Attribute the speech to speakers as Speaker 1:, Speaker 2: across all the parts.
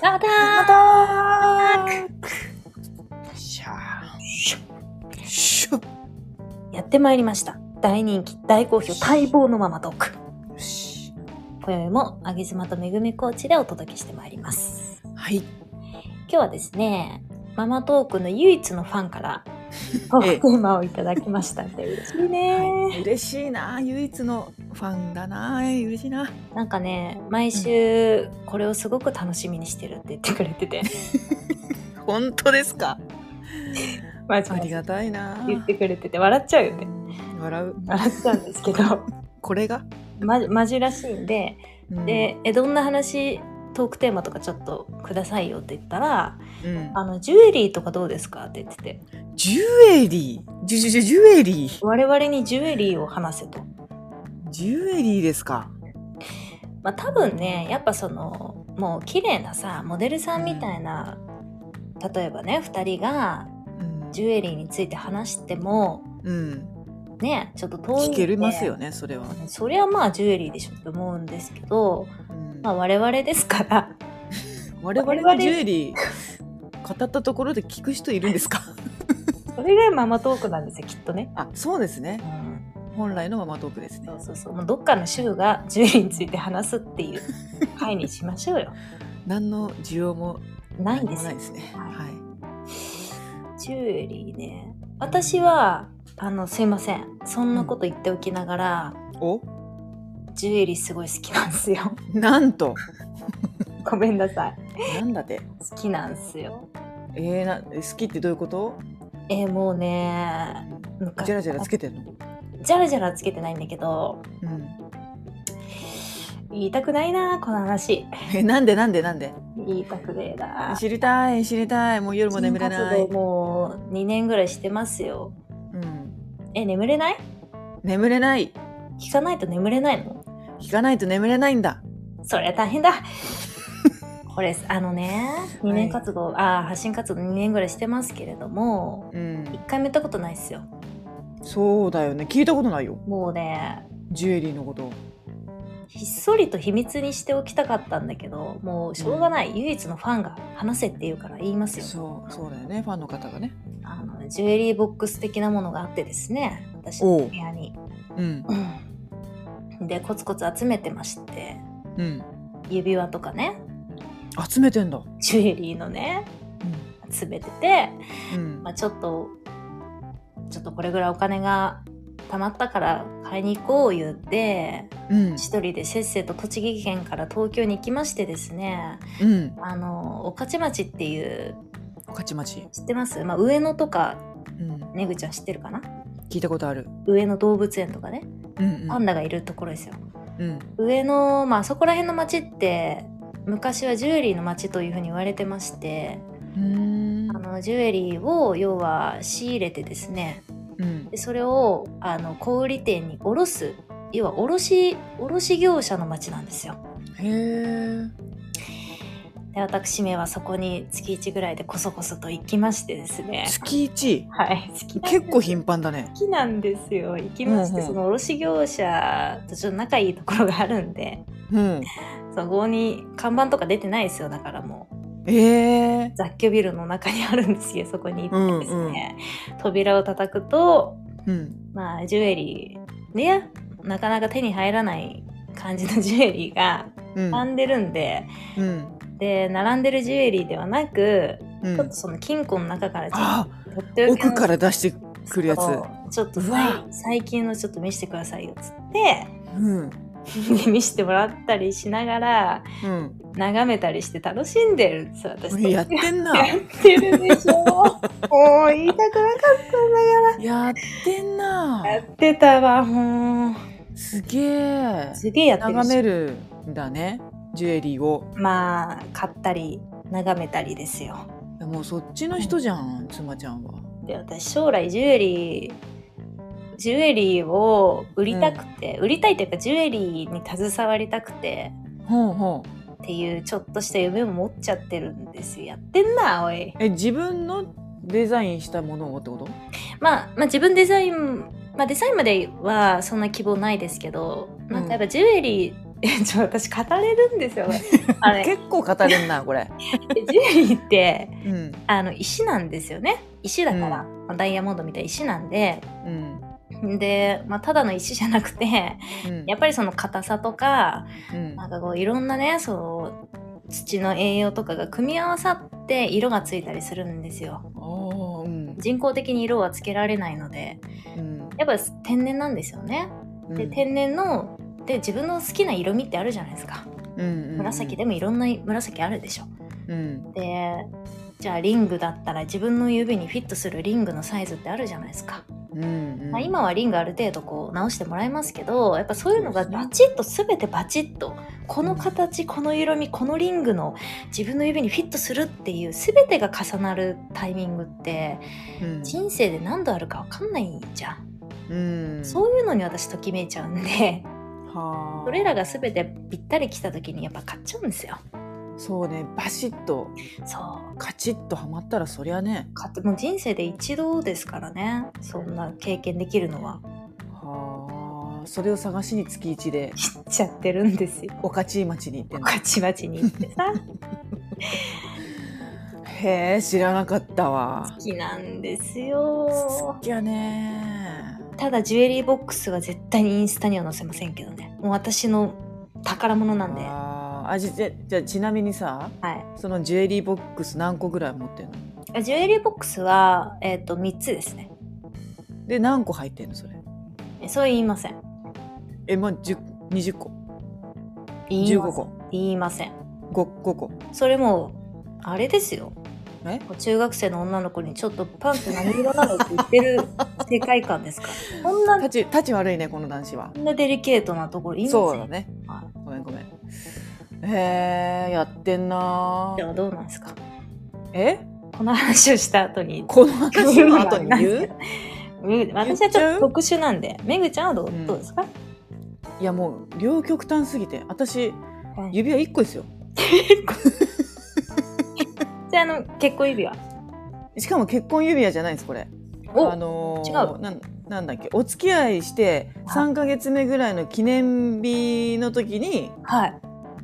Speaker 1: ダダ
Speaker 2: ま
Speaker 1: ー
Speaker 2: たシャーシュッシュッ
Speaker 1: やってまいりました。大人気、大好評、待望のママトーク。
Speaker 2: よし
Speaker 1: 今宵も、あげ妻とめぐみコーチでお届けしてまいります。
Speaker 2: はい
Speaker 1: 今日はですね、ママトークの唯一のファン から、トークテーマをいただきましたんで、嬉しいね。
Speaker 2: 嬉しいな唯一のファンだな嬉しいな
Speaker 1: なんかね、毎週、これをすごく楽しみにしてるって言ってくれてて、
Speaker 2: 本当ですか
Speaker 1: マジ
Speaker 2: あり
Speaker 1: で
Speaker 2: がたいな
Speaker 1: 言ってくれてて、笑っちゃうよね。
Speaker 2: 笑う
Speaker 1: 笑っちゃうんですけ ど、
Speaker 2: これが、
Speaker 1: まじ、マジらしいんで、
Speaker 2: うん
Speaker 1: で、え、どんな話、トークテーマとかちょっとくださいよって言ったら、
Speaker 2: うん
Speaker 1: あの、ジュエリーとかどうですかって言ってて、
Speaker 2: ジュエリージュジュジュジュエリー
Speaker 1: 我々にジュエリーを話せと。
Speaker 2: ジュエリーですか
Speaker 1: まあ多分ね、やっぱその、もう綺麗なさ、モデルさんみたいな、例えばね、2人が
Speaker 2: うん
Speaker 1: ジュエリーについて話しても、
Speaker 2: うん
Speaker 1: ね、ちょっと遠いん
Speaker 2: 聞
Speaker 1: で
Speaker 2: けますよねそれは、
Speaker 1: そりゃまあジュエリーでしょって思うんですけど、
Speaker 2: うん
Speaker 1: まあ我々ですから、
Speaker 2: 我々のジュエリー語ったところで聞く人いるんですか
Speaker 1: それがママトークなんですよ、きっとね。
Speaker 2: あそうですね
Speaker 1: うん、
Speaker 2: 本来のママトークですね
Speaker 1: そうそうそう。もうどっかの主婦がジュエリーについて話すって いう回にしましょうよ。
Speaker 2: 何の需要も
Speaker 1: ないんで
Speaker 2: 何も
Speaker 1: す
Speaker 2: な
Speaker 1: よ
Speaker 2: いですね
Speaker 1: はい
Speaker 2: はい
Speaker 1: ジュエリーね。私は、あの、すいません。そんなこと言っておきながら、
Speaker 2: お
Speaker 1: ジュエリーすごい好きなんですよ。
Speaker 2: なんと
Speaker 1: ごめんなさい。
Speaker 2: なんだって
Speaker 1: 好きなんですよ。
Speaker 2: えー、なえ好きってどういうこと
Speaker 1: えーもうね、昔
Speaker 2: ジャラジャラつけてんの、
Speaker 1: じゃらじゃらつけてないんだけど、
Speaker 2: うん、
Speaker 1: 言いたくないな、この話。
Speaker 2: えなんでなんでなんで
Speaker 1: 言いたくねえな。
Speaker 2: 知りたい知りたいもう夜も眠れな
Speaker 1: 新
Speaker 2: い
Speaker 1: 活動、もう2年ぐらいしてますよ。
Speaker 2: うん、
Speaker 1: え、眠れない
Speaker 2: 眠れない
Speaker 1: 聞かないと眠れないの
Speaker 2: 聞かないと眠れないんだ
Speaker 1: そりゃ大変だ。これ、あの ね、2年活動、あー発信活動2年ぐらいしてますけれども、
Speaker 2: うん
Speaker 1: 一回も行ったことないっすよ
Speaker 2: そうだよね聞いたことないよ
Speaker 1: もうね
Speaker 2: ジュエリーのこと
Speaker 1: ひっそりと秘密にしておきたかったんだけどもうしょうがない、唯一のファンが話せって言うから言いますよ
Speaker 2: そうそうだよねファンの方がね
Speaker 1: あのジュエリーボックス的なものがあってですね私
Speaker 2: お
Speaker 1: の
Speaker 2: う
Speaker 1: 部屋に
Speaker 2: うん
Speaker 1: うんでコツコツ集めてまして
Speaker 2: うん
Speaker 1: 指輪とかね
Speaker 2: 集めてんだ
Speaker 1: ジュエリーのね集めてて、
Speaker 2: うん
Speaker 1: まあ、ちょっとちょっとこれぐらいお金が貯まったから買いに行こう言って
Speaker 2: うん
Speaker 1: 一人でせっせと栃木県から東京に行きましてですね
Speaker 2: うん
Speaker 1: あの御徒町っていう
Speaker 2: 勝ち待ち、
Speaker 1: 知ってます、まあ、上野とか
Speaker 2: うん、
Speaker 1: ねぐちゃん知ってるかな
Speaker 2: 聞いたことある
Speaker 1: 上野動物園とかね
Speaker 2: うんうん
Speaker 1: パンダがいるところですよ
Speaker 2: うん
Speaker 1: 上野まあそこら辺の町って昔はジュエリーの町というふうに言われてまして
Speaker 2: うん
Speaker 1: あのジュエリーを要は仕入れてですね
Speaker 2: うん
Speaker 1: でそれをあの小売店に卸す要は卸卸業者の町なんですよ
Speaker 2: へえ
Speaker 1: で私めはそこに月1ぐらいでこそこそと行きましてですね
Speaker 2: 月一
Speaker 1: はい好き
Speaker 2: 結構頻繁だね
Speaker 1: 好きなんですよ行きまして、
Speaker 2: うんうん
Speaker 1: その卸業者とちょっと仲いいところがあるんで
Speaker 2: うん
Speaker 1: そこに看板とか出てないですよだからもう
Speaker 2: ええ
Speaker 1: 雑居ビルの中にあるんですけどそこに行ってですね、扉を叩くと
Speaker 2: うん
Speaker 1: まあジュエリーねなかなか手に入らない感じのジュエリーが
Speaker 2: うん
Speaker 1: 並んでるんで、
Speaker 2: うん
Speaker 1: で並んでるジュエリーではなく、
Speaker 2: う
Speaker 1: ちょっ
Speaker 2: ん
Speaker 1: とその金庫の中からちょっと
Speaker 2: あ
Speaker 1: とっておきの
Speaker 2: 奥から出してくるやつ
Speaker 1: そうちょっと
Speaker 2: う
Speaker 1: さい
Speaker 2: わ
Speaker 1: 最近のちょっと見せてくださいよっつ っ
Speaker 2: うん
Speaker 1: て見せてもらったりしながら
Speaker 2: うん
Speaker 1: 眺めたりして楽しんでるんです私
Speaker 2: 俺やってんな
Speaker 1: やってるで しょもう言いたくなかっ
Speaker 2: やってんな
Speaker 1: たやってたわもう
Speaker 2: すげえ
Speaker 1: すげえやってる
Speaker 2: 眺
Speaker 1: し
Speaker 2: めるんだねジュエリーを
Speaker 1: まあ買ったり眺めたりですよ
Speaker 2: いやもうそっちの人じゃん妻ちゃんは
Speaker 1: で私将来ジュエリージュエリーを売りたくて、売りたいというかジュエリーに携わりたくて
Speaker 2: ほうほう
Speaker 1: っていうちょっとした夢も持っちゃってるんですよやってんなおい
Speaker 2: え自分のデザインしたものをってこと
Speaker 1: まあ、まあ自分デザインまあデザインまではそんな希望ないですけどなんかやっぱジュエリーえちょ私語れるんですよ あれ
Speaker 2: 結構語れんなこれ、
Speaker 1: ジュエリーって
Speaker 2: うん
Speaker 1: あの石なんですよね石だから、
Speaker 2: う
Speaker 1: まあダイヤモンドみたいな石なんで
Speaker 2: うん
Speaker 1: で、まあ、ただの石じゃなくて
Speaker 2: うん、
Speaker 1: やっぱりその硬さとか
Speaker 2: うん
Speaker 1: なんかこういろんなねそう土の栄養とかが組み合わさって色がついたりするんですよ
Speaker 2: おーうん
Speaker 1: 人工的に色はつけられないので
Speaker 2: うん
Speaker 1: やっぱ天然なんですよね
Speaker 2: うん
Speaker 1: で天然ので自分の好きな色味ってあるじゃないですか
Speaker 2: うんうん
Speaker 1: 紫でもいろんな紫あるでしょ
Speaker 2: うん
Speaker 1: でじゃあリングだったら自分の指にフィットするリングのサイズってあるじゃないですか、
Speaker 2: うんうん
Speaker 1: まあ、今はリングある程度こう直してもらいますけどやっぱそういうのが
Speaker 2: そうですね
Speaker 1: バチッと全てバチッとこの形この色味このリングの自分の指にフィットするっていう全てが重なるタイミングって
Speaker 2: うん
Speaker 1: 人生で何度あるか分かんないじゃん、
Speaker 2: うん
Speaker 1: そういうのに私ときめいちゃうんで
Speaker 2: はあ
Speaker 1: それらが全てぴったり来た時にやっぱ買っちゃうんですよ
Speaker 2: そうねバシッと
Speaker 1: そう
Speaker 2: カチッとはまったらそりゃね
Speaker 1: かつもう人生で一度ですからねそんな経験できるのは
Speaker 2: はあそれを探しに月一 で
Speaker 1: 知っちゃってるんですよ
Speaker 2: おかちい町に行ってんの
Speaker 1: バチバチに行ってさ
Speaker 2: へえ知らなかったわ
Speaker 1: 好きなんです
Speaker 2: 好
Speaker 1: よ
Speaker 2: きやね
Speaker 1: ただジュエリーボックスは絶対にインスタには載せませんけどねもう私の宝物なんでは
Speaker 2: あーあじじゃじゃあちなみにさ
Speaker 1: い
Speaker 2: そのジュエリーボックス何個ぐらい持ってんの
Speaker 1: あジュエリーボックスはえっ、と3つですね
Speaker 2: で何個入ってんのそれ
Speaker 1: えそう言いません
Speaker 2: えまあ、10 20個
Speaker 1: 言い
Speaker 2: 15
Speaker 1: ません
Speaker 2: 個
Speaker 1: 言いません
Speaker 2: 5, 5個
Speaker 1: それもうあれですよ
Speaker 2: え
Speaker 1: 中学生の女の子にちょっとパンツ何色なのって言って る世界観ですかこんな
Speaker 2: たちたち悪いねこの男子は
Speaker 1: こんなデリケートなところいいんですよ
Speaker 2: そうだね
Speaker 1: は
Speaker 2: ごめんごめんへえやってんない
Speaker 1: ではどうなんですか
Speaker 2: え
Speaker 1: この話をした後に
Speaker 2: この話の後に言う
Speaker 1: うん私はちょっと特殊なんでめぐちゃんはどう,、
Speaker 2: うん
Speaker 1: どうですか
Speaker 2: いやもう両極端すぎて私
Speaker 1: じ
Speaker 2: 指輪1個ですよ
Speaker 1: ゃああの結婚指輪
Speaker 2: しかも結婚指輪じゃないんですこれ
Speaker 1: お
Speaker 2: あの
Speaker 1: 違う
Speaker 2: なんなんだっけお付き合いして3か月目ぐらいの記念日の時に
Speaker 1: はい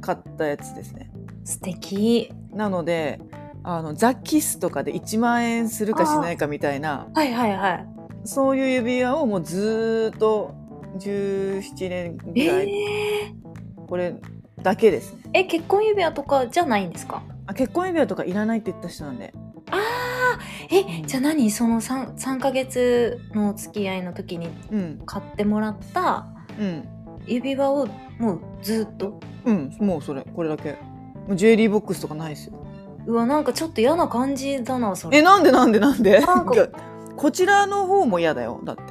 Speaker 2: 買ったやつですね
Speaker 1: 素敵
Speaker 2: なのであのザ・キスとかで1万円するかしないかみたいな
Speaker 1: はいはいはい
Speaker 2: そういう指輪をもうずーっと17年ぐ
Speaker 1: え
Speaker 2: らい、
Speaker 1: ー、
Speaker 2: これだけですね
Speaker 1: え結婚指輪とかじゃないんですか
Speaker 2: あ結婚指輪とかいらないって言った人なんで
Speaker 1: あーえじゃあ何その 3, 3ヶ月のお付き合いの時に
Speaker 2: うん
Speaker 1: 買ってもらった
Speaker 2: うん
Speaker 1: 指輪をもうずっと
Speaker 2: うんもうそれこれだけもうジュエリーボックスとかないですよ
Speaker 1: うわなんかちょっと嫌な感じだなそれ
Speaker 2: えなんでなんでなんで
Speaker 1: なんか
Speaker 2: いや こちらの方も嫌だよだって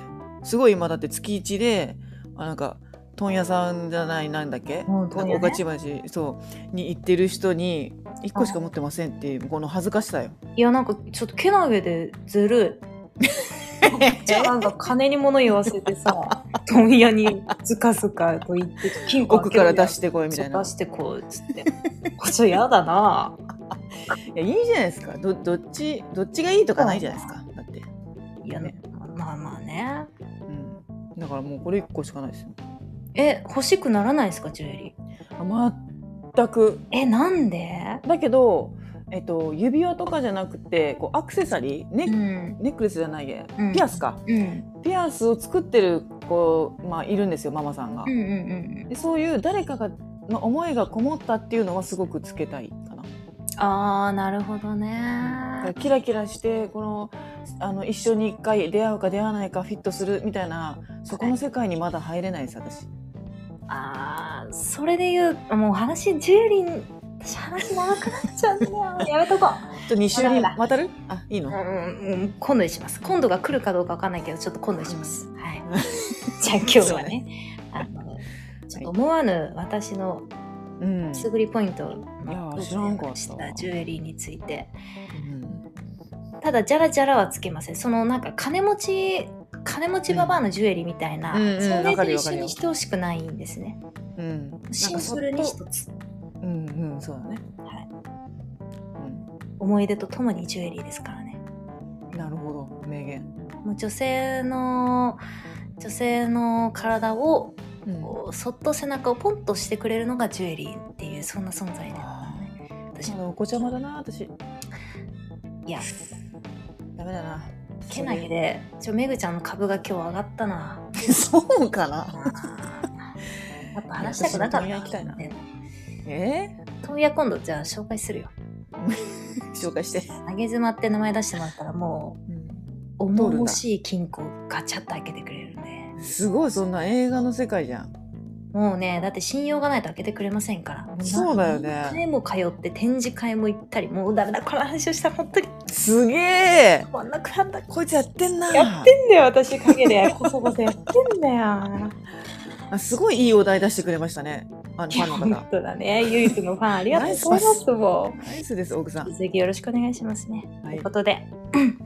Speaker 2: すごい今だって月一であなんか問屋さんじゃないなんだっけ、
Speaker 1: うん
Speaker 2: な
Speaker 1: 問
Speaker 2: ん
Speaker 1: 屋
Speaker 2: か
Speaker 1: ね
Speaker 2: おかちばちそうに行ってる人に1個しか持ってませんっていうこの恥ずかしさよ
Speaker 1: いやなんかちょっとけなげでずる い。じゃあなんか金に物言わせてさ、 問屋にずかずかと言って金庫
Speaker 2: 奥から出しててこい
Speaker 1: み
Speaker 2: み
Speaker 1: た
Speaker 2: た
Speaker 1: い
Speaker 2: い
Speaker 1: な。
Speaker 2: な
Speaker 1: 出してこうっつって。こっちは嫌だな。
Speaker 2: いやいいじゃないですかどどっちどっちがいいとかないじゃないですかだって、
Speaker 1: いやね、まあまあね。
Speaker 2: うん、だからもうこれ1個しかないですよ
Speaker 1: え欲しくならないですかジュエリー？
Speaker 2: あ全く
Speaker 1: えなんで？
Speaker 2: だけど、えっと、指輪とかじゃなくてこうアクセサリーネ,、
Speaker 1: うん
Speaker 2: ネックレスじゃないや、
Speaker 1: うん
Speaker 2: ピアスか
Speaker 1: うんうん
Speaker 2: ピアスを作ってる子、まあ、いるんですよママさんが、
Speaker 1: うんうん
Speaker 2: でそういう誰かがの思いがこもったっていうのはすごくつけたい
Speaker 1: う
Speaker 2: かな、
Speaker 1: ん。ああなるほど
Speaker 2: だから
Speaker 1: ね。
Speaker 2: キラキラしてこのあの一緒に一回出会うか出会わないかフィットするみたいなそこの世界にまだ入れないです私
Speaker 1: ああそれで言うもう話ジュエリー私話長くなっちゃうんだよ。やめとこう。
Speaker 2: ちょっと2週に
Speaker 1: まだ
Speaker 2: わたるあいいの、
Speaker 1: うんうんうん、今度にします。今度が来るかどうかわかんないけど、ちょっと今度にします。 はい。じゃあ今日はね、あの、ちょっと思わぬ私の
Speaker 2: うん
Speaker 1: くすぐりポイント
Speaker 2: いやー
Speaker 1: の
Speaker 2: 知らんかった
Speaker 1: したジュエリーについて。
Speaker 2: うん
Speaker 1: ただ、じゃらじゃらはつけません。そのなんか金持ち、金持ちババアのジュエリーみたいな、
Speaker 2: うんうんうん
Speaker 1: それ
Speaker 2: わかる
Speaker 1: で一
Speaker 2: よわか
Speaker 1: 緒
Speaker 2: るよ
Speaker 1: にしてほしくないんですね。
Speaker 2: うん、なんか
Speaker 1: シン
Speaker 2: そ
Speaker 1: プルに一つ。
Speaker 2: うんうんそうだね
Speaker 1: はい
Speaker 2: い、
Speaker 1: 思い出とともにジュエリーですからね。
Speaker 2: うん、なるほど名言
Speaker 1: もう女性の、女性の体を
Speaker 2: うん
Speaker 1: こうそっと背中をポンとしてくれるのがジュエリーっていうそんな存在だったね私
Speaker 2: まだお子ちゃまだな私
Speaker 1: いや
Speaker 2: ダメだな
Speaker 1: けなげでちょめぐちゃんの株が今日上がった な
Speaker 2: それそうかな
Speaker 1: やっぱ話したくなかった
Speaker 2: 私も問屋行きたいなえ
Speaker 1: 問屋今度じゃあ紹介するよ
Speaker 2: ー、紹介して、
Speaker 1: 投げ妻って名前出してもらったらもう重々しい金庫をガチャッと開けてくれるね
Speaker 2: すごいそんな映画の世界じゃん
Speaker 1: もうねだって信用がないと開けてくれませんからもな
Speaker 2: そうだよね
Speaker 1: 何回も通って展示会も行ったりもうダメだこの話をしたら本当に
Speaker 2: すげえ
Speaker 1: 止まんなくなった
Speaker 2: こいつやってんな
Speaker 1: やってんだよ私陰でこそこそやってんだよ
Speaker 2: あすごいいいお題出してくれましたねあの
Speaker 1: い
Speaker 2: フ
Speaker 1: や
Speaker 2: ァンの
Speaker 1: 本
Speaker 2: 方
Speaker 1: 当だね唯一のファンありがとうございますも
Speaker 2: ナイスです奥さ
Speaker 1: うん続きよろしくお願いしますね、
Speaker 2: は
Speaker 1: とい
Speaker 2: いう
Speaker 1: ことで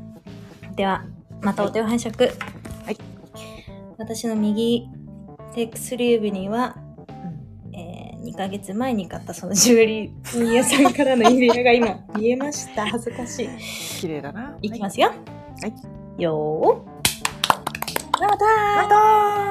Speaker 1: ではまたお手を拝借
Speaker 2: はい
Speaker 1: 私の右手薬指には、
Speaker 2: うん
Speaker 1: えー、2ヶ月前に買ったそのジュエリーミヤさんからの指輪が今見えました恥ずかしい
Speaker 2: 綺麗だない
Speaker 1: きますすよ、
Speaker 2: はい
Speaker 1: よーまたー
Speaker 2: またー